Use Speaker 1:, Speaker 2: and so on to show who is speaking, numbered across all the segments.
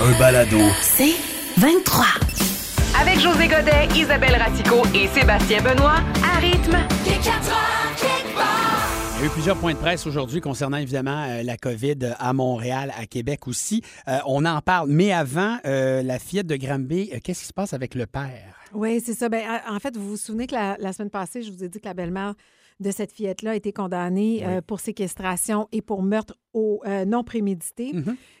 Speaker 1: Un balado.
Speaker 2: C'est 23.
Speaker 3: Avec José Godet, Isabelle Ratico et Sébastien Benoît, à rythme.
Speaker 4: Il y a eu plusieurs points de presse aujourd'hui concernant évidemment euh, la COVID à Montréal, à Québec aussi. Euh, on en parle. Mais avant, euh, la fillette de Granby, euh, qu'est-ce qui se passe avec le père?
Speaker 5: Oui, c'est ça. Ben, en en fait, vous vous souvenez que la, la semaine passée, je vous ai dit que la belle-mère de cette fillette-là a été condamnée euh, pour séquestration et pour meurtre au euh, non prémédité.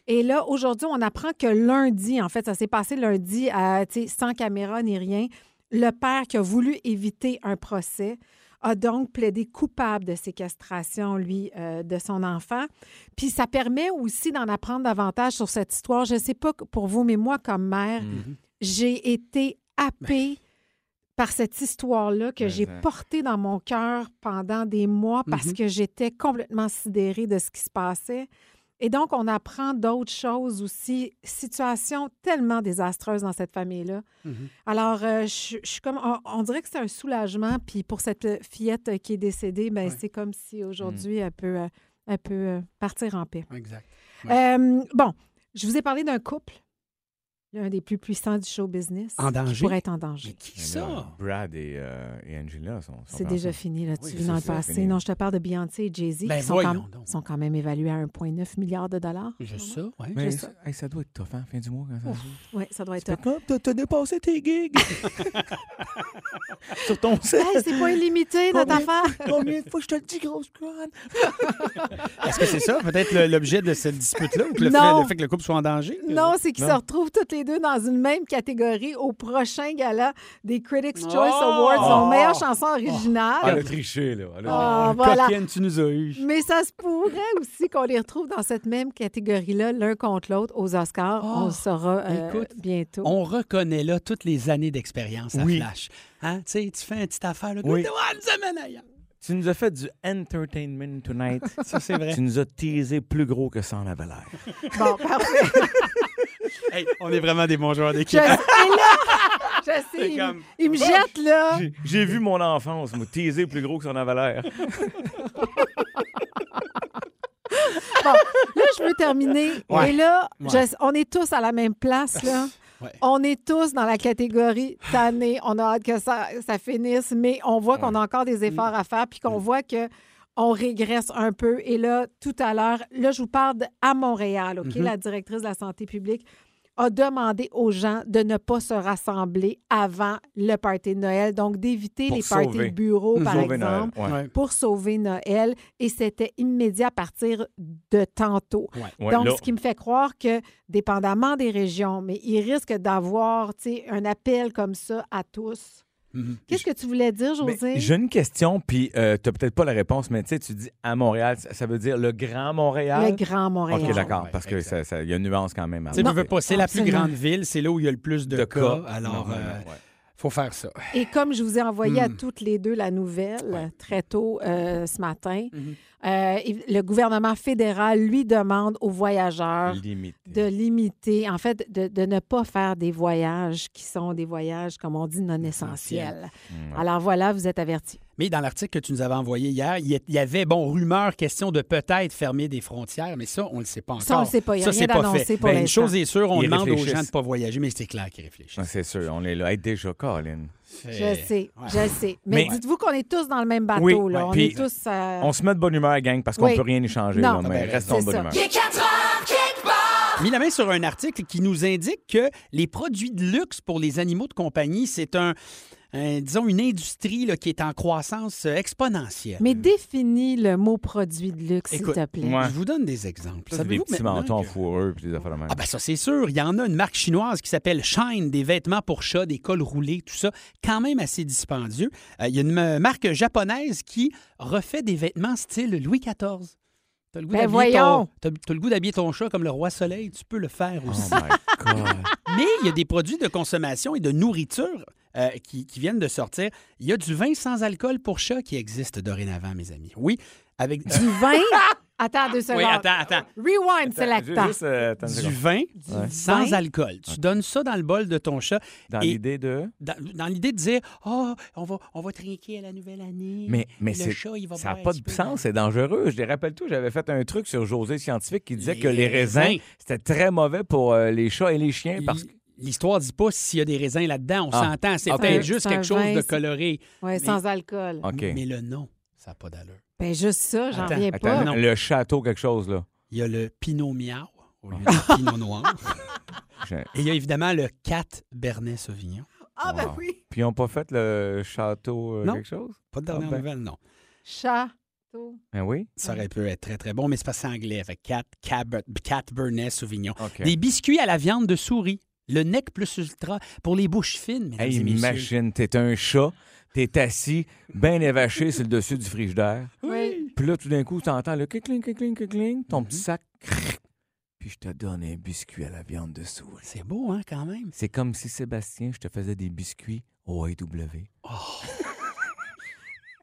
Speaker 5: Et là, aujourd'hui, on apprend que lundi, en fait, ça s'est passé lundi à, tu sais, sans caméra ni rien. Le père qui a voulu éviter un procès a donc plaidé coupable de séquestration, lui, euh, de son enfant. Puis ça permet aussi d'en apprendre davantage sur cette histoire. Je ne sais pas pour vous, mais moi, comme mère, j'ai été happée par cette histoire-là que j'ai portée dans mon cœur pendant des mois parce que j'étais complètement sidérée de ce qui se passait. Et donc, on apprend d'autres choses aussi. Situation tellement désastreuse dans cette famille-là. Alors, euh, je, je suis comme, on, on dirait que c'est un soulagement. Puis pour cette euh, fillette euh, qui est décédée, ben, c'est comme si aujourd'hui, elle peut, euh, elle peut euh, partir en paix.
Speaker 4: Exact.
Speaker 5: Euh, bon, je vous ai parlé d'un couple, l'un des plus puissants du show business,
Speaker 4: En
Speaker 5: qui
Speaker 4: danger.
Speaker 5: pourrait être en
Speaker 4: Mais
Speaker 5: danger.
Speaker 4: qui
Speaker 6: Mais
Speaker 4: ça?
Speaker 6: là, Brad et, euh, et Angela sont. sont
Speaker 5: C'est
Speaker 6: pas
Speaker 5: déjà
Speaker 6: ensemble.
Speaker 5: fini, là, tu
Speaker 6: Oui,
Speaker 5: vis
Speaker 6: c'est
Speaker 5: dans le
Speaker 6: ça,
Speaker 5: passé.
Speaker 6: fini.
Speaker 5: Non, je te parle de Beyoncé et Jay-Z,
Speaker 4: Ben
Speaker 5: qui sont quand,
Speaker 4: voyons donc.
Speaker 5: sont quand même évalués à 1,9 milliard de dollars.
Speaker 4: Je sais, oui.
Speaker 6: Mais
Speaker 5: Je sais.
Speaker 6: ça, hey, ça doit être tough, hein, fin du mois quand ça
Speaker 5: Ouf,
Speaker 6: joue.
Speaker 5: Oui, ça doit être
Speaker 6: T'as
Speaker 5: top.
Speaker 6: comme t'as- t'as dépassé tes gigs sur ton set.
Speaker 5: Hey, c'est pas illimité, notre
Speaker 6: Combien-
Speaker 5: affaire.
Speaker 6: Combien de fois je te le dis, grosse conne?
Speaker 4: Est-ce que c'est ça, peut-être le- l'objet de cette dispute-là, ou que le
Speaker 5: Non.
Speaker 4: fait, le fait que le couple soit en danger?
Speaker 5: Non, c'est qu'ils se
Speaker 6: Non.
Speaker 5: retrouvent toutes les deux dans une même catégorie au prochain gala des Critics' Choice
Speaker 4: Oh!
Speaker 5: Awards,
Speaker 4: Oh!
Speaker 5: leur meilleure chanson originale.
Speaker 6: triché, là. Elle
Speaker 5: Ah, voilà.
Speaker 4: Coquine, tu nous as eu.
Speaker 5: Mais ça se pourrait aussi qu'on les retrouve dans cette même catégorie-là, l'un contre l'autre, aux Oscars.
Speaker 4: Oh,
Speaker 5: on le saura euh,
Speaker 4: écoute,
Speaker 5: bientôt.
Speaker 4: On reconnaît là toutes les années d'expérience à
Speaker 6: Oui.
Speaker 4: Flash. Hein? Tu sais, tu fais une petite affaire, là,
Speaker 6: Oui.
Speaker 4: puis Ah, nous amène ailleurs.
Speaker 6: Tu nous as fait du entertainment tonight.
Speaker 4: Ça, c'est vrai.
Speaker 6: tu nous as teasé plus gros que sans la valeur.
Speaker 5: Bon, parfait.
Speaker 4: Hey, on est vraiment des bons joueurs
Speaker 5: Je sais,
Speaker 4: d'équipe.
Speaker 5: là, je sais,
Speaker 4: C'est
Speaker 5: il,
Speaker 4: comme-
Speaker 5: il me jette, là.
Speaker 6: J'ai- J'ai vu mon enfance, me teaser plus gros que son avalaire.
Speaker 5: Bon, là, je veux terminer.
Speaker 4: Ouais.
Speaker 5: Et là,
Speaker 4: Ouais.
Speaker 5: je- on est tous à la même place, là.
Speaker 4: Ouais.
Speaker 5: On est tous dans la catégorie tannée. On a hâte que ça, ça finisse, mais on voit qu'on a encore
Speaker 6: Mm.
Speaker 5: des efforts à faire, puis qu'on voit que on régresse un peu. Et là, tout à l'heure, là, je vous parle de- à Montréal,
Speaker 6: Mm-hmm.
Speaker 5: OK? La directrice de la santé publique a demandé aux gens de ne pas se rassembler avant le party de Noël, donc d'éviter
Speaker 6: Pour
Speaker 5: les parties de
Speaker 6: sauver.
Speaker 5: bureau, par
Speaker 6: Sauver
Speaker 5: exemple
Speaker 6: Noël, ouais.
Speaker 4: Ouais.
Speaker 5: pour sauver Noël et c'était immédiat à partir de tantôt.
Speaker 6: Ouais,
Speaker 5: Donc,
Speaker 6: là-
Speaker 5: ce qui me fait croire que, dépendamment des régions, mais il risque d'avoir tu sais, un appel comme ça à tous.
Speaker 4: Mhm.
Speaker 5: Qu'est-ce que tu voulais dire,
Speaker 6: Mais
Speaker 5: José?
Speaker 6: J'ai une question, puis euh, t'as peut-être pas la réponse, mais tu sais, tu dis à Montréal, ça, ça veut dire le Grand Montréal?
Speaker 5: Le Grand Montréal.
Speaker 6: OK, d'accord,
Speaker 4: Ouais,
Speaker 6: parce que ça-
Speaker 4: exact.
Speaker 6: ça- il y a une nuance quand même. à
Speaker 4: Tu sais,
Speaker 6: avoir.
Speaker 4: veux pas, c'est la plus
Speaker 5: absolument.
Speaker 4: grande ville, c'est là où il y a le plus de,
Speaker 6: De
Speaker 4: cas,
Speaker 6: cas.
Speaker 4: alors
Speaker 6: Normalement,
Speaker 4: euh,
Speaker 6: ouais.
Speaker 4: faut faire ça.
Speaker 5: Et comme je vous ai envoyé à
Speaker 4: Mm.
Speaker 5: toutes les deux la nouvelle
Speaker 4: Ouais.
Speaker 5: très tôt euh, ce matin,
Speaker 4: Mhm.
Speaker 5: euh, il- le gouvernement fédéral lui demande aux
Speaker 4: Ah.
Speaker 5: voyageurs
Speaker 6: Limité.
Speaker 5: de limiter, en fait, de, de ne pas faire des voyages qui sont des voyages, comme on dit, non essentiels.
Speaker 6: Mm, ouais.
Speaker 5: Alors voilà, vous êtes avertis.
Speaker 4: Mais dans l'article que tu nous avais envoyé hier, il y a- il y avait, bon, rumeur, question de peut-être fermer des frontières, mais ça, on ne le sait pas encore.
Speaker 5: Ça, on le sait pas. Il y a
Speaker 4: Ça,
Speaker 5: rien
Speaker 4: c'est pas
Speaker 5: d'annoncé
Speaker 4: fait.
Speaker 5: pour
Speaker 4: Ben, une
Speaker 5: l'instant.
Speaker 4: chose est sûre, on
Speaker 6: Ils
Speaker 4: demande aux gens de
Speaker 6: réfléchissent.
Speaker 4: ne pas voyager, mais c'est clair qu'ils réfléchissent.
Speaker 6: Ah, C'est sûr, on est là. Hey, déjà, Colin.
Speaker 5: Je sais,
Speaker 4: Eh. ouais.
Speaker 5: je sais. Mais,
Speaker 6: Mais-
Speaker 5: dites-vous qu'on est tous dans le même bateau,
Speaker 6: Oui,
Speaker 5: là.
Speaker 6: ouais.
Speaker 5: On
Speaker 6: Puis-
Speaker 5: est tous. euh,
Speaker 6: On se met de bonne humeur, gang, parce qu'on
Speaker 5: Oui.
Speaker 6: peut rien échanger.
Speaker 5: Non.
Speaker 6: là, mais
Speaker 4: Ah ben,
Speaker 6: restons
Speaker 5: c'est
Speaker 6: de bonne
Speaker 5: ça.
Speaker 6: humeur.
Speaker 4: mis la main sur un article qui nous indique que les produits de luxe pour les animaux de compagnie, c'est un, un- disons, une industrie là, qui est en croissance euh, exponentielle.
Speaker 5: Mais définis le mot produit de luxe, s'il
Speaker 4: Écoute,
Speaker 5: te plaît.
Speaker 6: moi- Ouais.
Speaker 4: Je vous donne des exemples.
Speaker 6: Ça, c'est des
Speaker 4: Savez-vous
Speaker 6: petits
Speaker 4: maintenant
Speaker 6: mentons
Speaker 4: que-
Speaker 6: fourreux puis des affaires de même.
Speaker 4: Ah ben ça c'est sûr, il y en a une marque chinoise qui s'appelle Shine, des vêtements pour chats, des cols roulés, tout ça, quand même assez dispendieux. Euh, Il y a une ma- marque japonaise qui refait des vêtements style Louis XIV. T'as le goût
Speaker 5: Ben
Speaker 4: d'habiller ton-
Speaker 5: voyons.
Speaker 4: t'as- t'as le goût d'habiller ton chat comme le roi soleil, tu peux le faire aussi.
Speaker 6: Oh God.
Speaker 4: Mais il y a des produits de consommation et de nourriture euh, qui, qui viennent de sortir. Il y a du vin sans alcool pour chat qui existe dorénavant, mes amis. Oui, avec euh,
Speaker 5: Du vin? Attends deux secondes.
Speaker 4: oui, attends, attends.
Speaker 5: Rewind, c'est
Speaker 6: Ju-
Speaker 5: l'acteur.
Speaker 6: Juste, euh, attends une
Speaker 4: Du
Speaker 6: seconde.
Speaker 4: vin
Speaker 6: Ouais.
Speaker 4: sans
Speaker 5: vin?
Speaker 4: alcool. Tu donnes ça dans le bol de ton chat
Speaker 6: Dans
Speaker 4: et-
Speaker 6: l'idée de.
Speaker 4: dans, dans l'idée de dire Ah, on, va, on va trinquer à la nouvelle année.
Speaker 6: Mais, mais
Speaker 4: le
Speaker 6: c'est-
Speaker 4: chat, il va
Speaker 6: ça n'a
Speaker 4: boire un
Speaker 6: pas
Speaker 4: petit
Speaker 6: de
Speaker 4: peu
Speaker 6: sens,
Speaker 4: d'alcool.
Speaker 6: c'est dangereux. Je les rappelle-toi, j'avais fait un truc sur José Scientifique qui disait
Speaker 4: Les
Speaker 6: que les raisins,
Speaker 4: raisins.
Speaker 6: c'était très mauvais pour euh, les chats et les chiens parce que.
Speaker 4: L- L'histoire dit pas s'il y a des raisins là-dedans. On
Speaker 6: Ah,
Speaker 4: s'entend. C'est
Speaker 6: ok.
Speaker 4: peut-être
Speaker 5: C'est
Speaker 4: juste
Speaker 5: un
Speaker 4: quelque chose
Speaker 5: vin,
Speaker 4: de
Speaker 5: c'est-
Speaker 4: coloré.
Speaker 5: Ouais, sans alcool.
Speaker 6: OK.
Speaker 4: Mais le nom, ça n'a pas d'allure.
Speaker 5: Ben juste ça, j'en
Speaker 4: Attends,
Speaker 5: reviens
Speaker 6: Ah. Attends,
Speaker 5: pas.
Speaker 4: non.
Speaker 6: le château, quelque chose, là.
Speaker 4: Il y a le Pinot Miao au lieu
Speaker 6: Ah.
Speaker 4: du Pinot Noir.
Speaker 6: J'ai-
Speaker 4: Et il y a évidemment le 4 Bernet Sauvignon.
Speaker 5: Ah ben
Speaker 6: Wow.
Speaker 5: oui.
Speaker 6: Puis ils n'ont pas fait le château euh,
Speaker 4: Non.
Speaker 6: quelque chose?
Speaker 4: Pas de dernière
Speaker 6: Ah ben.
Speaker 4: nouvelle, non.
Speaker 5: Chat. tôt.
Speaker 6: Ben oui.
Speaker 4: Ça aurait pu être très, très bon, mais c'est parce que c'est anglais. Fait 4, 4 Bernet Sauvignon.
Speaker 6: OK.
Speaker 4: Des biscuits à la viande de souris. Le nec plus ultra pour les bouches fines, mesdames
Speaker 6: Hey,
Speaker 4: et messieurs.
Speaker 6: imagine, t'es un chat, t'es assis, bien évaché sur le dessus du frigidaire.
Speaker 5: Oui.
Speaker 6: Puis là, tout d'un coup, t'entends le cling, cling, cling, cling, ton petit sac. crrr. Puis je te donne un biscuit à la viande de souris.
Speaker 4: C'est beau, hein, quand même.
Speaker 6: C'est comme si, Sébastien, je te faisais des biscuits au AEW.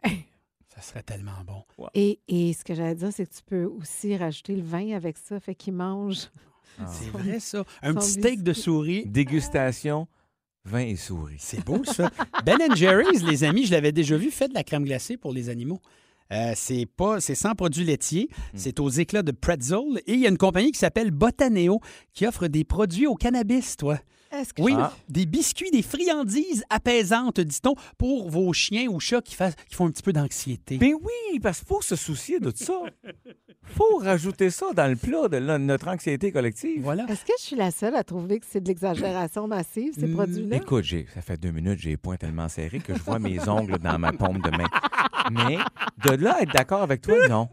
Speaker 4: Ça serait tellement bon.
Speaker 5: Et, et ce que j'allais dire, c'est que tu peux aussi rajouter le vin avec ça, fait qu'il mange.
Speaker 6: Ah.
Speaker 4: C'est vrai, ça. Un
Speaker 5: Son
Speaker 4: petit steak de souris.
Speaker 6: Dégustation, vin et souris.
Speaker 4: C'est beau, ça. Ben Jerry's, les amis, je l'avais déjà vu, fait de la crème glacée pour les animaux. Euh, c'est pas, c'est sans produits laitiers,
Speaker 6: Hmm.
Speaker 4: c'est aux éclats de pretzel et il y a une compagnie qui s'appelle Botaneo qui offre des produits au cannabis, toi.
Speaker 5: Est-ce que
Speaker 4: Oui,
Speaker 6: Ah.
Speaker 4: des biscuits, des friandises apaisantes, dit-on, pour vos chiens ou chats qui, fassent- qui font un petit peu d'anxiété.
Speaker 6: Ben oui, parce qu'il faut se soucier de tout ça. faut rajouter ça dans le plat de no- notre anxiété collective.
Speaker 4: Voilà.
Speaker 5: Est-ce que je suis la seule à trouver que c'est de l'exagération massive, ces
Speaker 4: Mm,
Speaker 5: produits-là?
Speaker 6: Hmm. Écoute, j'ai- ça fait deux minutes, j'ai les poings tellement serrés que je vois mes ongles dans ma paume de main. Mais de là à être d'accord avec toi, non.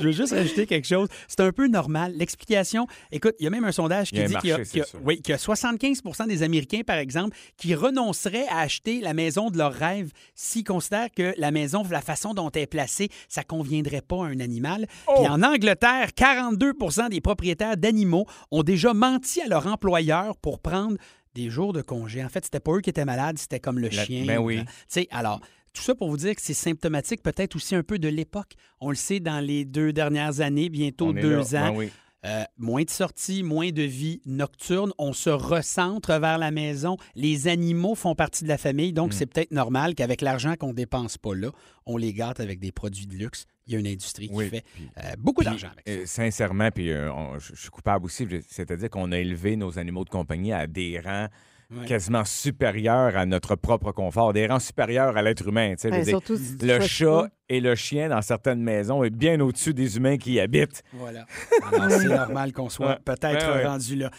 Speaker 4: Je veux juste rajouter quelque chose. C'est un peu normal. L'explication, écoute, il y a même un sondage
Speaker 6: Il y
Speaker 4: qui
Speaker 6: a un
Speaker 4: dit qu'il y, a-
Speaker 6: marché, c'est
Speaker 4: qu'il y a-
Speaker 6: sûr.
Speaker 4: oui, qu'il y a 75 des Américains, par exemple, qui renonceraient à acheter la maison de leur rêve s'ils considèrent que la maison, la façon dont elle est placée, ça conviendrait pas à un animal.
Speaker 6: Oh!
Speaker 4: Puis en Angleterre, 42 des propriétaires d'animaux ont déjà menti à leur employeur pour prendre des jours de congé. En fait, c'était pas eux qui étaient malades, c'était comme le
Speaker 6: La-
Speaker 4: chien.
Speaker 6: ben oui.
Speaker 4: Tu sais, alors, tout ça pour vous dire que c'est symptomatique peut-être aussi un peu de l'époque. On le sait, dans les deux dernières années, bientôt
Speaker 6: On est
Speaker 4: deux
Speaker 6: là.
Speaker 4: ans,
Speaker 6: Ben oui.
Speaker 4: euh, moins de sorties, moins de vie nocturne. On se recentre vers la maison. Les animaux font partie de la famille,
Speaker 6: Mm.
Speaker 4: donc c'est peut-être normal qu'avec l'argent qu'on dépense pas là, on les gâte avec des produits de luxe. Il y a une industrie qui
Speaker 6: Oui,
Speaker 4: fait
Speaker 6: puis-
Speaker 4: euh, beaucoup d'argent avec ça.
Speaker 6: Euh, sincèrement, puis euh, on- je je suis coupable aussi, je- c'est-à-dire qu'on a élevé nos animaux de compagnie à des rangs
Speaker 4: Ouais.
Speaker 6: quasiment supérieurs à notre propre confort, des rangs supérieurs à l'être humain. tu sais, je
Speaker 5: Ben,
Speaker 6: veux dire,
Speaker 5: surtout si tu
Speaker 6: le
Speaker 5: choisis
Speaker 6: chat et le chien dans certaines maisons est bien au-dessus des humains qui y habitent.
Speaker 4: Voilà. Alors, c'est normal qu'on soit
Speaker 6: Ouais.
Speaker 4: peut-être
Speaker 6: Ouais, ouais.
Speaker 4: rendu là.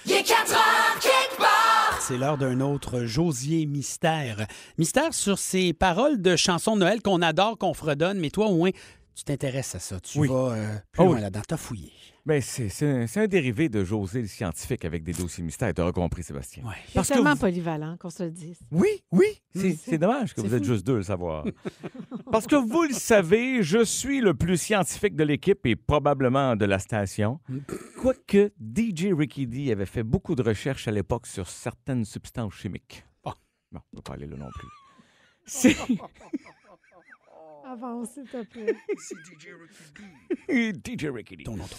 Speaker 4: C'est l'heure d'un autre Josier Mystère. Mystère sur ces paroles de chansons de Noël qu'on adore, qu'on fredonne, mais toi, au moins, tu t'intéresses à ça. Tu
Speaker 6: Oui.
Speaker 4: vas euh, plus
Speaker 6: Oh,
Speaker 4: loin
Speaker 6: oui.
Speaker 4: là-dedans. T'as fouillé.
Speaker 6: Ben, c'est c'est un, c'est un dérivé de José le scientifique avec des dossiers mystères. T'auras compris, Sébastien.
Speaker 4: Ouais.
Speaker 5: C'est
Speaker 6: que
Speaker 5: tellement
Speaker 6: vous-
Speaker 5: polyvalent qu'on se le dise.
Speaker 6: Oui, oui.
Speaker 4: Mm.
Speaker 6: C'est c'est dommage que
Speaker 4: C'est
Speaker 6: vous êtes
Speaker 4: fou.
Speaker 6: juste deux à le savoir. Parce que vous le savez, je suis le plus scientifique de l'équipe et probablement de la station. Quoique DJ Ricky D avait fait beaucoup de recherches à l'époque sur certaines substances chimiques.
Speaker 4: Ah.
Speaker 6: Bon, on peut pas aller là non plus. C'est...
Speaker 5: Avance, Ah s'il te plaît.
Speaker 6: DJ Ricky D.
Speaker 4: Ton nom, ton-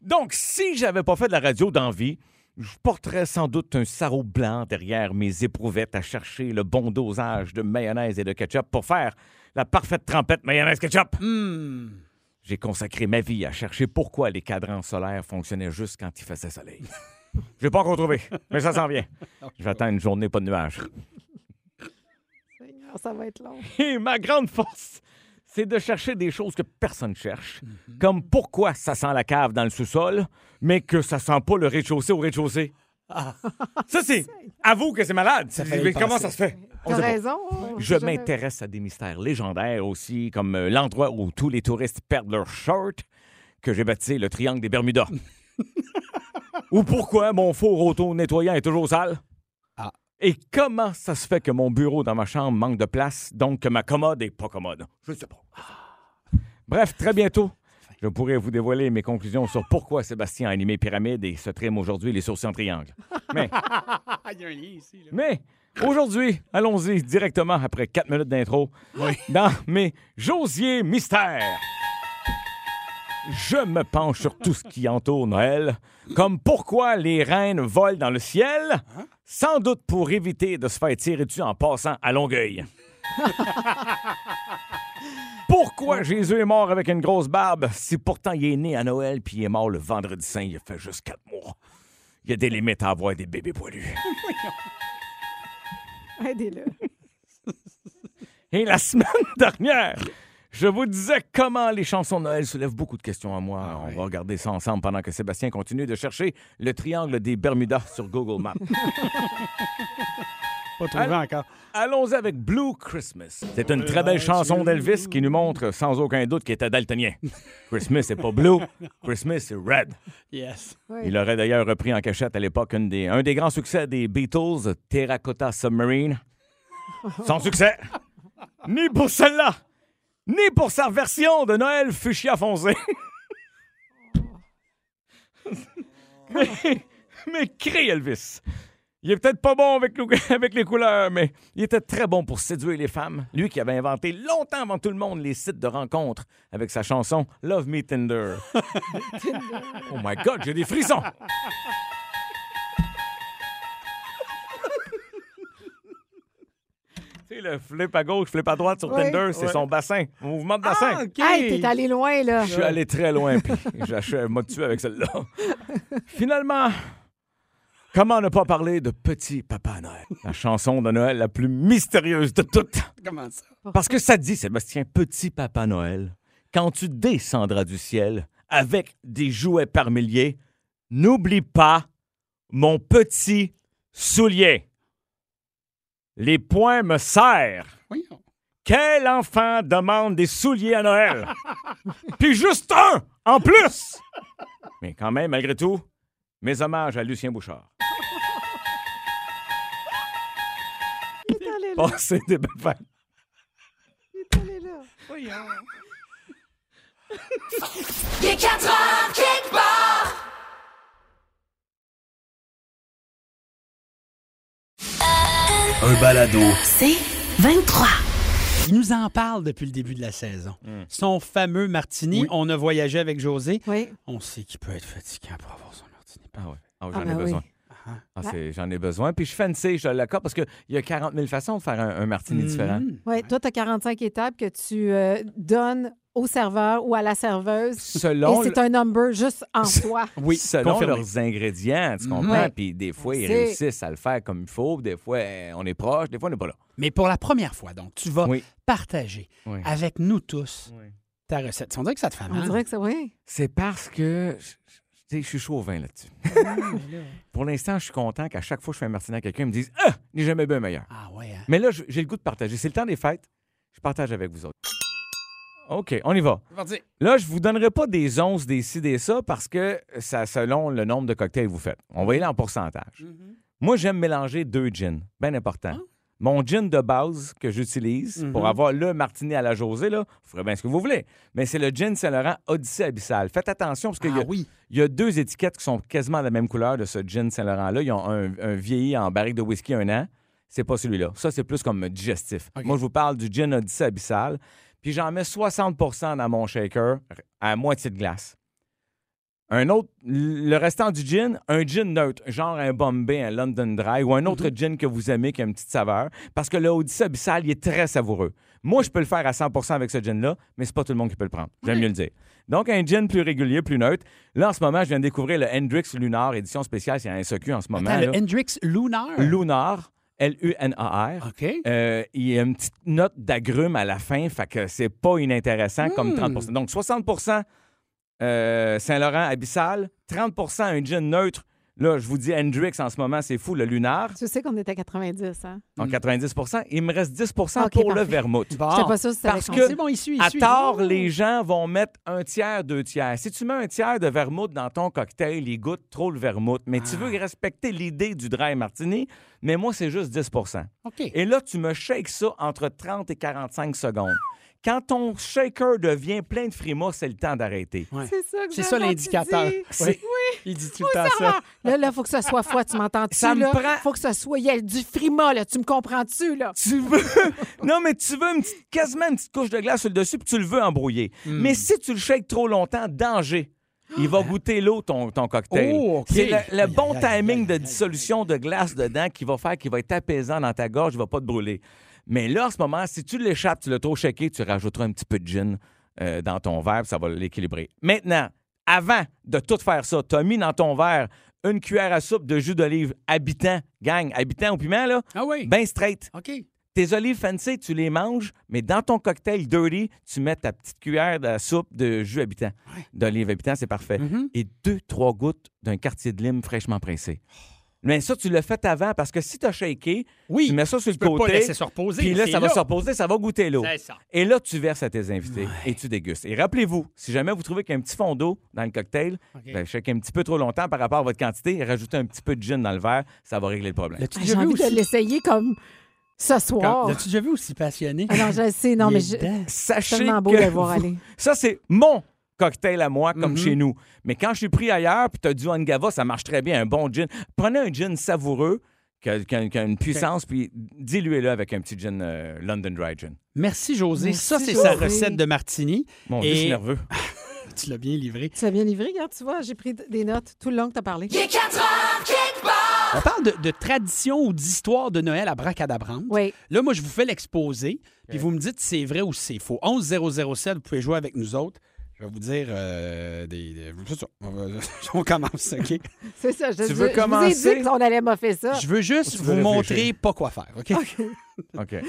Speaker 6: Donc, si j'avais pas fait de la radio d'envie, je porterais sans doute un sarrau blanc derrière mes éprouvettes à chercher le bon dosage de mayonnaise et de ketchup pour faire la parfaite trempette mayonnaise-ketchup.
Speaker 4: Hmm.
Speaker 6: J'ai consacré ma vie à chercher pourquoi les cadrans solaires fonctionnaient juste quand il faisait soleil. Je l'ai pas encore trouvé, mais ça s'en vient. J'attends une journée pas de nuages.
Speaker 5: Seigneur, ça va être long.
Speaker 6: Et ma grande force, c'est de chercher des choses que personne cherche, comme pourquoi ça sent la cave dans le sous-sol, mais que ça sent pas le rez-de-chaussée au rez-de-chaussée. Ça, c'est. Avoue que c'est malade.
Speaker 4: fallait
Speaker 6: Mais
Speaker 4: y
Speaker 6: comment
Speaker 4: penser.
Speaker 6: Ah. ça se fait? On
Speaker 5: T'as
Speaker 6: sait pas.
Speaker 5: raison. on-
Speaker 6: Je
Speaker 5: jamais-
Speaker 6: m'intéresse à des mystères légendaires aussi, comme euh, l'endroit où tous les touristes perdent leurs shorts, que j'ai baptisé le triangle des Bermudas. Ou pourquoi mon four auto-nettoyant est toujours sale.
Speaker 4: Ah.
Speaker 6: Et comment ça se fait que mon bureau dans ma chambre manque de place, donc que ma commode est pas commode. Je sais pas. Bref, très bientôt, Je pourrais vous dévoiler mes conclusions sur pourquoi Sébastien a animé Pyramide et se trime aujourd'hui les sourcils en triangle. Mais,
Speaker 4: Il y a un lien ici. là.
Speaker 6: mais aujourd'hui, allons-y directement après quatre minutes d'intro dans mes Josier mystères. Je me penche sur tout ce qui entoure Noël, comme pourquoi les reines volent dans le ciel, sans doute pour éviter de se faire tirer dessus en passant à Longueuil. Pourquoi Jésus est mort avec une grosse barbe si pourtant il est né à Noël puis il est mort le vendredi saint, il a fait juste quatre mois? Il y a des limites à avoir des bébés poilus.
Speaker 5: Aidez-le.
Speaker 6: Et la semaine dernière, je vous disais comment les chansons de Noël soulèvent beaucoup de questions à moi.
Speaker 4: Ah
Speaker 6: On va regarder ça ensemble pendant que Sébastien continue de chercher le triangle des Bermudas sur Google Maps.
Speaker 4: Pas trouvé encore. Euh,
Speaker 6: Allons avec Blue Christmas. C'est une très belle chanson d'Elvis qui nous montre sans aucun doute qu'il était daltonien. Christmas, c'est pas blue, Christmas, c'est red.
Speaker 4: Yes.
Speaker 6: Il aurait d'ailleurs repris en cachette à l'époque une des- un des grands succès des Beatles, Terracotta Submarine. Sans succès. Ni pour celle-là, ni pour sa version de Noël fuchsia foncé. mais, mais crie Elvis. Il est peut-être pas bon avec, le- avec les couleurs, mais il était très bon pour séduire les femmes. Lui qui avait inventé longtemps avant tout le monde les sites de rencontres avec sa chanson Love Me Tinder. oh my God, j'ai des frissons! Tu sais, le flip à gauche, flip à droite sur
Speaker 5: Oui.
Speaker 6: Tinder, c'est son bassin, mouvement de bassin.
Speaker 4: Ah, OK.
Speaker 5: Hey, t'es allé loin, là.
Speaker 6: Je suis allé très loin, puis j'achève m'a tué avec celle-là. Finalement, comment ne pas parler de Petit Papa Noël? La chanson de Noël la plus mystérieuse de toutes.
Speaker 4: Comment ça?
Speaker 6: Parce que ça dit, Sébastien, Petit Papa Noël, quand tu descendras du ciel avec des jouets par milliers, n'oublie pas mon petit soulier. Les poings me serrent.
Speaker 4: Voyons.
Speaker 6: Quel enfant demande des souliers à Noël? Puis juste un en plus! Mais quand même, malgré tout, mes hommages à Lucien Bouchard.
Speaker 5: T'es allé là.
Speaker 6: Passez des belles fêtes.
Speaker 5: T'es allé là.
Speaker 4: Voyons.
Speaker 1: Un balado.
Speaker 2: C'est 23.
Speaker 4: Il nous en parle depuis le début de la saison.
Speaker 6: Mm.
Speaker 4: Son fameux martini. On a voyagé avec José.
Speaker 5: Oui.
Speaker 4: On sait qu'il peut être fatigant pour avoir son martini.
Speaker 6: Ah ouais. Ah,
Speaker 5: Ah,
Speaker 6: j'en ai
Speaker 5: ben oui.
Speaker 6: besoin. Ah, c'est- j'en ai besoin. Puis je fancy, je l'accorde parce qu'il y a 40 000 façons de faire un, un martini
Speaker 5: Mm-hmm.
Speaker 6: différent.
Speaker 4: Mhm.
Speaker 5: Oui, toi, tu as 45 étapes que tu euh, donnes au serveur ou à la serveuse.
Speaker 6: Selon,
Speaker 5: et c'est un number juste en soi.
Speaker 4: Oui,
Speaker 6: selon
Speaker 4: confirmé.
Speaker 6: leurs ingrédients, tu comprends?
Speaker 5: Mm-hmm. Ouais.
Speaker 6: Puis des fois, ils
Speaker 5: C'est-
Speaker 6: réussissent à le faire comme il faut. Des fois, euh, on est proche. Des fois, on n'est pas là.
Speaker 4: Mais pour la première fois, donc, tu vas
Speaker 6: Oui.
Speaker 4: partager
Speaker 6: Oui.
Speaker 4: avec nous tous
Speaker 6: Oui.
Speaker 4: ta recette. On dirait que ça te fait
Speaker 5: On
Speaker 4: mal.
Speaker 5: dirait que ça, oui.
Speaker 6: C'est parce que je- je- tu sais, je suis chaud au vin là-dessus. Pour l'instant, je suis content qu'à chaque fois que je fais un martini à quelqu'un, ils me disent Ah, j'ai jamais bu un meilleur.
Speaker 4: Ah ouais, hein?
Speaker 6: Mais là, je- j'ai le goût de partager. C'est le temps des fêtes. Je partage avec vous autres. OK, on y va.
Speaker 4: C'est parti.
Speaker 6: Là, je vous donnerai pas des onces, des ci, des ça, parce que ça selon le nombre de cocktails que vous faites. On va y aller en pourcentage.
Speaker 4: Mm-hmm.
Speaker 6: Moi, j'aime mélanger deux gins. Bien important.
Speaker 4: Oh.
Speaker 6: Mon gin de base que j'utilise
Speaker 4: Mm-hmm.
Speaker 6: pour avoir le martini à la Josée, là, vous ferez bien ce que vous voulez. Mais c'est le gin Saint-Laurent Odyssée Abyssale. Faites attention parce qu'il y,
Speaker 4: Ah
Speaker 6: a-
Speaker 4: oui.
Speaker 6: il y a deux étiquettes qui sont quasiment de la même couleur de ce gin Saint-Laurent-là. Ils ont un, un vieilli en barrique de whisky un an. C'est pas celui-là. Ça, c'est plus comme digestif.
Speaker 4: OK.
Speaker 6: Moi, je vous parle du gin Odyssée Abyssale. Puis j'en mets 60 dans mon shaker à moitié de glace. Un autre, le restant du gin, un gin neutre, genre un Bombay, un London Dry ou un
Speaker 4: Mhm.
Speaker 6: autre gin que vous aimez qui a une petite saveur, parce que le Odyssey Abyssal, il est très savoureux. Moi, je peux le faire à 100 avec ce gin-là, mais c'est pas tout le monde qui peut le prendre. J'aime mieux le dire. Donc, un gin plus régulier, plus neutre. Là, en ce moment, je viens de découvrir le Hendrix Lunar, édition spéciale, c'est un SQ en ce moment.
Speaker 4: Attends, le
Speaker 6: là.
Speaker 4: Hendrix Lunar.
Speaker 6: Lunar, L-U-N-A-R.
Speaker 4: OK.
Speaker 6: Euh, il y a une petite note d'agrumes à la fin, fait que c'est pas inintéressant
Speaker 4: Hmm.
Speaker 6: comme 30 Donc 60 euh, Saint-Laurent abyssal, 30 un gin neutre. Là, je vous dis Hendrix en ce moment, c'est fou, le lunar,
Speaker 5: Tu sais qu'on était à 90, hein?
Speaker 4: Hmm.
Speaker 6: en 90 Il me reste 10
Speaker 5: Ok,
Speaker 6: pour le
Speaker 5: parfait.
Speaker 6: vermouth.
Speaker 4: Ah, Bon.
Speaker 5: J'étais pas sûre si t'avais
Speaker 6: Ah. parce
Speaker 5: compté.
Speaker 6: que-
Speaker 4: C'est bon, il suit, il
Speaker 6: À
Speaker 4: suit. Oh.
Speaker 6: tort, les gens vont mettre un tiers, deux tiers. Si tu mets un tiers de vermouth dans ton cocktail, il goûte trop le vermouth. Mais
Speaker 4: Ah.
Speaker 6: tu veux respecter l'idée du dry martini, mais moi, c'est juste 10
Speaker 4: OK.
Speaker 6: et là, tu me shakes ça entre 30 et 45 secondes. Quand ton shaker devient plein de frimas, c'est le temps d'arrêter.
Speaker 5: C'est ça que
Speaker 4: C'est ça
Speaker 5: j'avais
Speaker 4: l'indicateur.
Speaker 5: dit.
Speaker 4: Oui.
Speaker 5: Oui.
Speaker 4: Il dit tout
Speaker 5: Oui,
Speaker 4: le temps
Speaker 5: Sarah.
Speaker 4: ça.
Speaker 5: Là, là, faut que ça soit froid, tu m'entends-tu?
Speaker 6: Ça me
Speaker 5: là?
Speaker 6: prend-
Speaker 5: Faut que ça soit il y a du frima, là. Tu me comprends-tu, là?
Speaker 6: Tu veux. non, mais tu veux une petite- quasiment une petite couche de glace sur le dessus, puis tu le veux embrouillé.
Speaker 4: Hmm.
Speaker 6: Mais si tu le shakes trop longtemps, danger. Il va goûter l'eau, ton, ton cocktail.
Speaker 4: Oh, OK.
Speaker 6: C'est le, le
Speaker 4: Aïe,
Speaker 6: bon
Speaker 4: aïe, aïe,
Speaker 6: timing
Speaker 4: aïe,
Speaker 6: de
Speaker 4: aïe.
Speaker 6: dissolution de glace dedans qui va faire qu'il va être apaisant dans ta gorge, il va pas te brûler. Mais là, en ce moment, si tu l'échappes, tu l'as trop shaké, tu rajouteras un petit peu de gin euh, dans ton verre, puis ça va l'équilibrer. Maintenant, avant de tout faire ça, tu as mis dans ton verre une cuillère à soupe de jus d'olive habitant, gang, habitant au piment, là,
Speaker 4: Ah oui.
Speaker 6: bien straight.
Speaker 4: OK.
Speaker 6: Tes olives fancy, tu les manges, mais dans ton cocktail dirty, tu mets ta petite cuillère de soupe de jus habitant. D'olive habitant, c'est parfait.
Speaker 4: Mm-hmm.
Speaker 6: Et deux, trois gouttes d'un quartier de lime fraîchement pressé. Mais ça, tu l'as fait avant parce que si tu as shaké,
Speaker 4: Oui,
Speaker 6: tu mets ça sur
Speaker 4: tu
Speaker 6: le
Speaker 4: peux pas
Speaker 6: côté.
Speaker 4: laisser se reposer,
Speaker 6: Puis là,
Speaker 4: c'est
Speaker 6: ça va
Speaker 4: là.
Speaker 6: se reposer, ça va goûter l'eau.
Speaker 4: C'est ça.
Speaker 6: Et là, tu verses à tes invités et tu dégustes. Et rappelez-vous, si jamais vous trouvez qu'il y a un petit fond d'eau dans le cocktail, ben, shakez un petit peu trop longtemps par rapport à votre quantité, et rajoutez un petit peu de gin dans le verre, ça va régler le problème.
Speaker 4: L'as-tu
Speaker 5: Ah, J'ai
Speaker 4: déjà vu
Speaker 5: envie de
Speaker 4: aussi?
Speaker 5: l'essayer comme ce soir.
Speaker 4: L'as-tu déjà vu aussi passionné?
Speaker 5: Ah non, je le sais, non,
Speaker 4: Il
Speaker 5: mais
Speaker 4: est
Speaker 5: je-
Speaker 4: dedans.
Speaker 6: sachez
Speaker 5: Tellement beau
Speaker 6: que
Speaker 5: de le voir
Speaker 6: vous-
Speaker 5: aller.
Speaker 6: Ça, c'est mon cocktail à moi, comme chez nous. Mais quand je suis pris ailleurs, puis tu as du Angava, ça marche très bien, un bon gin. Prenez un gin savoureux qui a, qui a- qui a une puissance, puis diluez-le avec un petit gin euh, London Dry Gin.
Speaker 4: Merci, José.
Speaker 5: Merci,
Speaker 4: ça, c'est sa
Speaker 5: José.
Speaker 4: recette de martini.
Speaker 6: Mon Dieu, je suis
Speaker 4: Et
Speaker 6: nerveux.
Speaker 4: tu l'as bien livré.
Speaker 5: Tu as bien livré, regarde, tu vois, j'ai pris d- des notes tout le long que tu as parlé.
Speaker 4: On parle de, de tradition ou d'histoire de Noël à bracadabrante.
Speaker 5: Oui.
Speaker 4: Là, moi, je vous fais l'exposé, puis vous me dites si c'est vrai ou si c'est faux. 11007, vous pouvez jouer avec nous autres. Je vais vous dire euh, des. des- c'est ça. On va- on commence, OK?
Speaker 5: C'est ça, je,
Speaker 6: Tu
Speaker 5: je-
Speaker 6: veux
Speaker 5: je vous ai
Speaker 6: commencer?
Speaker 5: dit qu'on allait m'offrir ça.
Speaker 4: Je veux juste
Speaker 6: Tu veux
Speaker 4: vous
Speaker 6: réfléchir.
Speaker 4: montrer pas quoi faire, OK?
Speaker 6: OK.
Speaker 4: OK,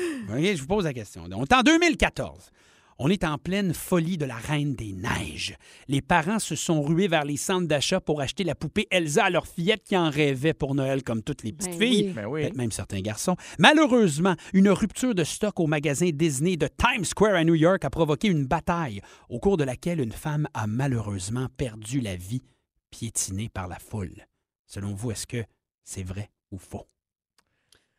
Speaker 4: je vous pose la question. On est en 2014. On est en pleine folie de la Reine des Neiges. Les parents se sont rués vers les centres d'achat pour acheter la poupée Elsa à leur fillette qui en rêvait pour Noël, comme toutes les petites
Speaker 5: Ben
Speaker 4: filles.
Speaker 5: oui.
Speaker 6: Ben oui.
Speaker 4: Peut-être même certains garçons. Malheureusement, une rupture de stock au magasin Disney de Times Square à New York a provoqué une bataille au cours de laquelle une femme a malheureusement perdu la vie, piétinée par la foule. Selon vous, est-ce que c'est vrai ou faux?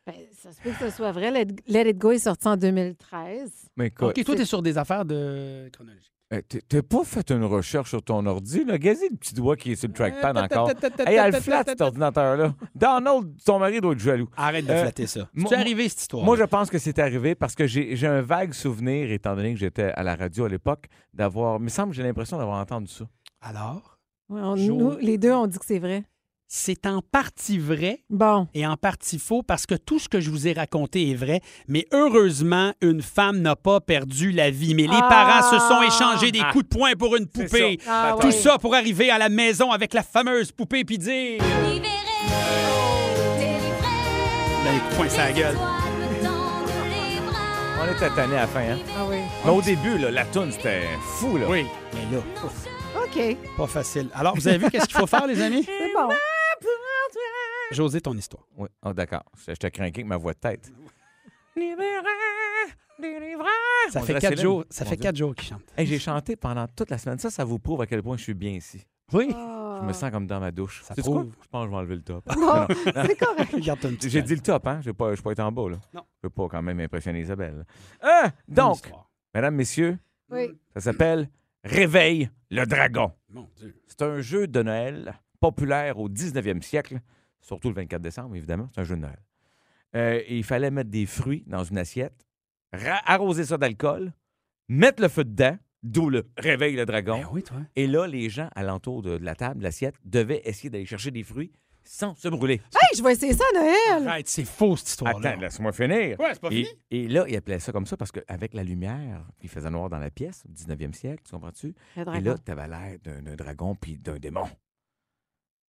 Speaker 5: Ben, ça se peut que ce soit vrai. Let, Let It Go est sorti en 2013.
Speaker 6: Mais écoute,
Speaker 4: OK, toi, t'es sur des affaires de chronologie.
Speaker 6: euh, t'es- t'as pas fait une recherche sur ton ordi, là? Gazi le petit doigt qui est sur le
Speaker 5: Euh,
Speaker 6: trackpad encore. Hey, elle flatte, cet ordinateur-là. Donald, ton mari doit être jaloux.
Speaker 4: Arrête de
Speaker 6: Euh,
Speaker 4: flatter ça.
Speaker 6: moi-
Speaker 4: C'est arrivé cette histoire.
Speaker 6: Moi, je pense que c'est arrivé parce que j'ai j'ai un vague souvenir, étant donné que j'étais à la radio à l'époque, d'avoir. Il me semble que j'ai l'impression d'avoir entendu ça.
Speaker 4: Alors,
Speaker 5: Ouais, on-
Speaker 4: Jour.
Speaker 5: nous, les deux, on dit que c'est vrai.
Speaker 4: c'est en partie vrai
Speaker 5: Bon,
Speaker 4: et en partie faux parce que tout ce que je vous ai raconté est vrai, mais heureusement, une femme n'a pas perdu la vie. Mais les
Speaker 5: Ah!
Speaker 4: parents se sont échangés des coups de poing pour une
Speaker 6: Ah! C'est
Speaker 4: poupée.
Speaker 5: Ah,
Speaker 6: Bataille.
Speaker 4: Tout
Speaker 5: ouais.
Speaker 4: ça pour arriver à la maison avec la fameuse poupée puis dire ben, les coups de poing sur la gueule.
Speaker 6: On était tannés à la fin, hein?
Speaker 5: ah oui.
Speaker 6: Mais au début, là, la toune, c'était fou, là.
Speaker 4: Oui, mais là, ouf,
Speaker 5: OK,
Speaker 4: pas facile. Alors, vous avez vu qu'est-ce qu'il faut faire, les amis?
Speaker 5: c'est bon.
Speaker 4: José, ton histoire.
Speaker 6: Oui. Ah, d'accord. J'étais craqué avec ma voix de tête.
Speaker 4: Ça
Speaker 6: On
Speaker 4: fait
Speaker 6: dirait
Speaker 4: quatre
Speaker 6: Céline.
Speaker 4: jours, ça
Speaker 6: Mon
Speaker 4: fait
Speaker 6: Dieu.
Speaker 4: quatre jours qu'il chante.
Speaker 6: Hey, j'ai chanté pendant toute la semaine. Ça, ça vous prouve à quel point je suis bien ici.
Speaker 4: Oui.
Speaker 5: Oh.
Speaker 6: Je me sens comme dans ma douche.
Speaker 4: Ça
Speaker 6: Sais-tu quoi?
Speaker 4: prouve.
Speaker 6: Je pense que je vais enlever le top.
Speaker 5: Non, c'est correct.
Speaker 4: Regarde ton petit
Speaker 6: J'ai
Speaker 4: cœur.
Speaker 6: dit le top, hein? Je ne vais pas, je vais pas être en bas, là.
Speaker 4: Non.
Speaker 6: Je ne veux pas quand même impressionner Isabelle. Ah!
Speaker 4: Ton
Speaker 6: donc,
Speaker 4: histoire.
Speaker 6: mesdames, messieurs,
Speaker 5: Oui.
Speaker 6: ça s'appelle Réveille le dragon.
Speaker 4: Mon Dieu.
Speaker 6: C'est un jeu de Noël populaire au 19e siècle, surtout le 24 décembre, évidemment. C'est un jeu de Noël. Euh, il fallait mettre des fruits dans une assiette, ra- arroser ça d'alcool, mettre le feu dedans, d'où le réveil le dragon.
Speaker 4: Ben oui, toi.
Speaker 6: Et là, les gens alentour de, de la table, de l'assiette, devaient essayer d'aller chercher des fruits sans se brûler.
Speaker 5: Hey, je vais essayer ça à Noël.
Speaker 4: Arrête, c'est faux cette histoire-là.
Speaker 6: Attends, laisse-moi finir.
Speaker 4: Ouais, c'est pas
Speaker 6: et,
Speaker 4: fini.
Speaker 6: et là, ils appelaient ça comme ça parce qu'avec la lumière qui faisait noir dans la pièce, au 19e siècle, tu comprends-tu?
Speaker 5: Le
Speaker 6: Et
Speaker 5: dragon.
Speaker 6: là, tu avais l'air d'un d'un dragon puis d'un démon.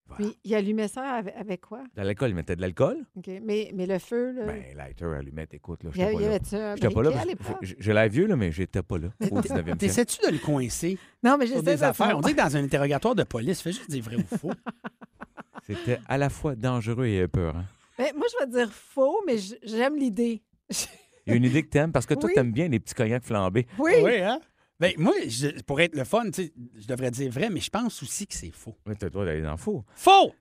Speaker 6: Voilà.
Speaker 5: Puis, il allumait ça avec, avec quoi?
Speaker 6: Dans l'alcool, ils mettaient de l'alcool.
Speaker 5: OK, mais, mais le feu, là,
Speaker 6: Ben, lighter, allumette, écoute, là,
Speaker 5: il y
Speaker 6: j'étais
Speaker 5: avait-
Speaker 6: pas
Speaker 5: il y
Speaker 6: là.
Speaker 5: avait-tu un
Speaker 6: J'étais pas là.
Speaker 5: briquet à
Speaker 6: parce que
Speaker 5: l'époque?
Speaker 6: j'ai- J'ai l'air vieux, là, mais j'étais pas là au 19e siècle.
Speaker 4: T'essaies-tu de le coincer
Speaker 5: Non, mais
Speaker 4: sur
Speaker 5: j'essaie
Speaker 4: des
Speaker 5: de
Speaker 4: affaires? On dit
Speaker 5: faire.
Speaker 4: que dans un interrogatoire de police, fais juste dire vrai ou faux.
Speaker 6: C'était à la fois dangereux et hein. épeurant.
Speaker 5: Ben, moi, je vais dire faux, mais j- j'aime l'idée.
Speaker 6: Il y a une idée que t'aimes, parce que toi,
Speaker 5: Oui.
Speaker 6: t'aimes bien les petits cognacs flambés.
Speaker 5: Oui.
Speaker 4: hein? Ben, moi, je- pour être le fun, tu sais, je devrais dire vrai, mais je pense aussi que c'est faux.
Speaker 6: Mais t'as le droit d'aller dans le faux.
Speaker 4: Faux!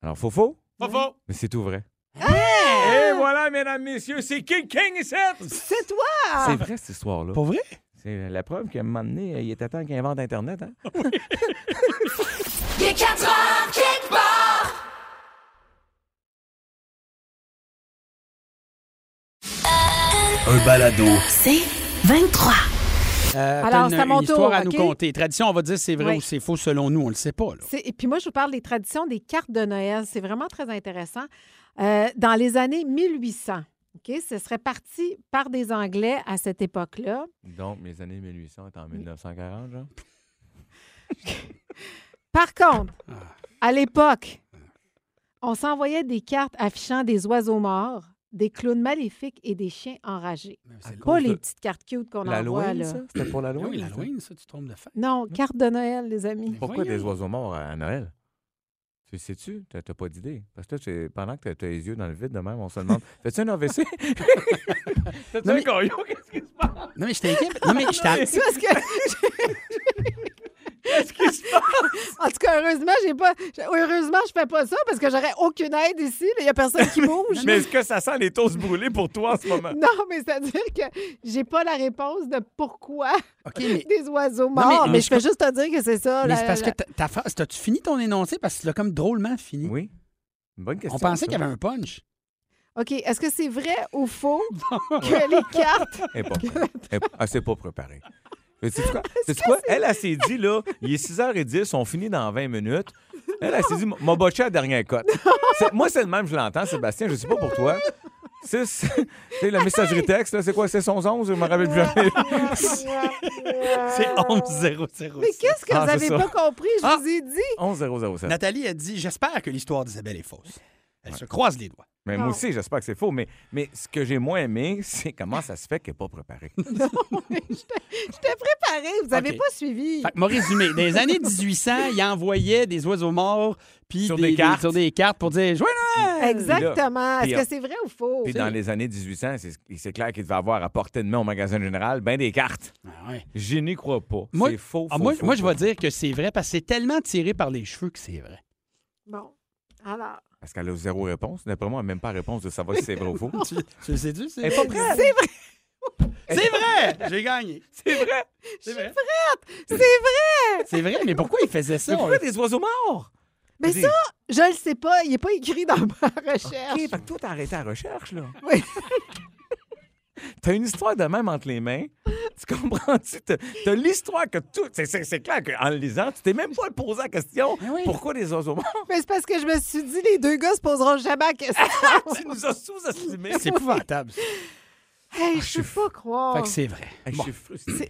Speaker 6: Alors, faux, faux,
Speaker 4: Pas faux!
Speaker 6: mais c'est tout vrai.
Speaker 5: Hein?
Speaker 6: Et voilà, mesdames, messieurs, c'est King King et
Speaker 5: C'est toi! Ah!
Speaker 6: C'est vrai, cette histoire-là.
Speaker 4: Pas vrai?
Speaker 6: C'est la preuve qu'à un moment donné, il était temps qu'il invente Internet. Hein?
Speaker 1: Il est 4 heures, kick bar!
Speaker 7: Un balado.
Speaker 2: C'est 23.
Speaker 4: Euh,
Speaker 5: Alors,
Speaker 4: t'as
Speaker 5: c'est à
Speaker 4: une,
Speaker 5: mon
Speaker 4: une histoire
Speaker 5: tour,
Speaker 4: à nous
Speaker 5: OK?
Speaker 4: conter. Tradition, on va dire c'est vrai
Speaker 5: Oui.
Speaker 4: ou c'est faux selon nous, on le sait pas. là.
Speaker 5: C'est- Et puis moi, je vous parle des traditions des cartes de Noël. C'est vraiment très intéressant. Euh, dans les années 1800, OK, ce serait parti par des Anglais à cette époque-là.
Speaker 6: Donc, mes années 1800 étaient en 1940, genre.
Speaker 5: Par contre, à l'époque, on s'envoyait des cartes affichant des oiseaux morts, des clowns maléfiques et des chiens enragés. Pas les petites cartes cute qu'on envoie,
Speaker 6: L'Halloween,
Speaker 5: là.
Speaker 6: ça? C'était pour
Speaker 4: Ah
Speaker 6: l'Halloween?
Speaker 4: oui,
Speaker 6: ça?
Speaker 4: l'Halloween, ça, tu te trompes de fait.
Speaker 5: Non, cartes de Noël, les amis.
Speaker 6: Pourquoi
Speaker 4: Voyons.
Speaker 6: des oiseaux morts à à Noël? Tu sais-tu? T'as t'as pas d'idée. Parce que toi, tu- pendant que t'as- t'as les yeux dans le vide de même, on se demande Fais-tu un AVC? Fais-tu un
Speaker 4: Non, mais-
Speaker 6: coyot? Qu'est-ce qui se passe?
Speaker 4: Non, mais je t'inquiète. Non, mais je t'en-
Speaker 5: C'est parce que. En tout cas, heureusement, j'ai pas. Heureusement, je fais pas ça parce que j'aurais aucune aide ici. là. Il y a personne qui bouge.
Speaker 6: Mais est-ce que ça sent les toasts brûlés pour toi en ce moment?
Speaker 5: Non, mais c'est-à-dire que j'ai pas la réponse de pourquoi
Speaker 4: OK, mais,
Speaker 5: des oiseaux
Speaker 4: mais-
Speaker 5: morts. mais,
Speaker 4: mais
Speaker 5: je fais juste te dire que c'est ça.
Speaker 4: mais
Speaker 5: la-
Speaker 4: c'est parce que
Speaker 5: la-
Speaker 4: ta, ta phrase, t'as-tu fini ton énoncé? Parce que tu l'as comme drôlement fini.
Speaker 6: Oui. Une bonne question.
Speaker 4: on pensait
Speaker 6: ça.
Speaker 4: qu'il y avait un punch.
Speaker 5: OK, est-ce que c'est vrai ou faux que les cartes.
Speaker 6: Elle est pas prête. Elle est- Elle s'est pas préparée. Mais c'est quoi? C'est quoi? Elle, elle s'est dit, là, il est 6h10, on finit dans 20 minutes. Elle, elle s'est dit, m'a botché la dernière cote. C'est- Moi, c'est le même, je l'entends, Sébastien, je sais pas pour toi. C'est c'est- c'est la messagerie texte, là, c'est quoi? C'est 11 je me rappelle plus jamais.
Speaker 4: C'est 11-0-0.
Speaker 5: Mais qu'est-ce que
Speaker 6: Ah,
Speaker 5: vous
Speaker 6: c'est
Speaker 5: avez
Speaker 6: ça.
Speaker 5: pas compris? Je
Speaker 4: Ah!
Speaker 5: vous ai dit.
Speaker 6: 11-007.
Speaker 4: Nathalie a dit J'espère que l'histoire d'Isabelle est fausse. Elle se croise les doigts.
Speaker 6: Mais
Speaker 5: Non.
Speaker 6: moi aussi, j'espère que c'est faux. Mais, mais ce que j'ai moins aimé, c'est comment ça se fait qu'elle n'est pas préparée.
Speaker 5: J'étais préparée. Vous avez
Speaker 4: OK.
Speaker 5: pas suivi.
Speaker 4: Fait que, mon résumé, dans les années 1800, il envoyait des oiseaux morts puis
Speaker 6: Sur des cartes.
Speaker 4: sur des cartes pour dire Joyeux Noël!
Speaker 5: Exactement.
Speaker 6: Puis
Speaker 5: Est-ce
Speaker 6: là-
Speaker 5: que c'est vrai ou faux?
Speaker 6: Puis dans les années 1800, c'est c'est clair qu'il devait avoir à portée de main au magasin général ben des cartes.
Speaker 4: Ah ouais.
Speaker 6: Je n'y crois pas.
Speaker 4: Moi-
Speaker 6: c'est faux,
Speaker 4: Ah,
Speaker 6: faux,
Speaker 4: moi,
Speaker 6: faux,
Speaker 4: moi, je
Speaker 6: faux.
Speaker 4: vais dire que c'est vrai parce que c'est tellement tiré par les cheveux que c'est vrai.
Speaker 5: Bon. Alors.
Speaker 6: Parce qu'elle a zéro réponse. D'après moi, elle n'a même pas réponse de savoir si c'est vrai ou faux.
Speaker 4: Tu, tu le sais-tu? C'est
Speaker 6: Elle est pas prête.
Speaker 5: C'est vrai.
Speaker 4: C'est vrai! J'ai gagné.
Speaker 6: C'est vrai.
Speaker 4: C'est vrai.
Speaker 5: C'est vrai!
Speaker 4: C'est vrai, mais pourquoi il faisait ça?
Speaker 6: Mais pourquoi des oiseaux morts?
Speaker 5: Mais
Speaker 6: Vas-y.
Speaker 5: ça, je le sais pas. Il n'est pas écrit dans ma recherche.
Speaker 6: OK, fait que toi, t'as arrêté la recherche, là.
Speaker 5: Oui.
Speaker 6: T'as une histoire de même entre les mains. Tu comprends-tu? T'as t'as l'histoire que tout. c'est- C'est c'est clair qu'en le lisant, tu t'es même pas posé la question
Speaker 4: Ah oui.
Speaker 6: pourquoi des oiseaux morts?
Speaker 5: Mais c'est parce que je me suis dit, les deux gars se poseront jamais la question.
Speaker 6: Tu nous as sous-estimés.
Speaker 4: C'est épouvantable. ça.
Speaker 5: hey, je peux pas croire.
Speaker 4: Fait que c'est vrai.
Speaker 6: Hey, je
Speaker 4: Bon.
Speaker 6: suis frustré.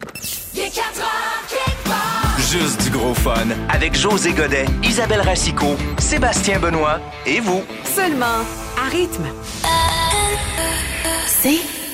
Speaker 1: Il est 4 heures, kick bar!
Speaker 8: Juste du gros fun avec José Godet, Isabelle Racicot, Sébastien Benoît et vous.
Speaker 3: Seulement à rythme.
Speaker 2: C'est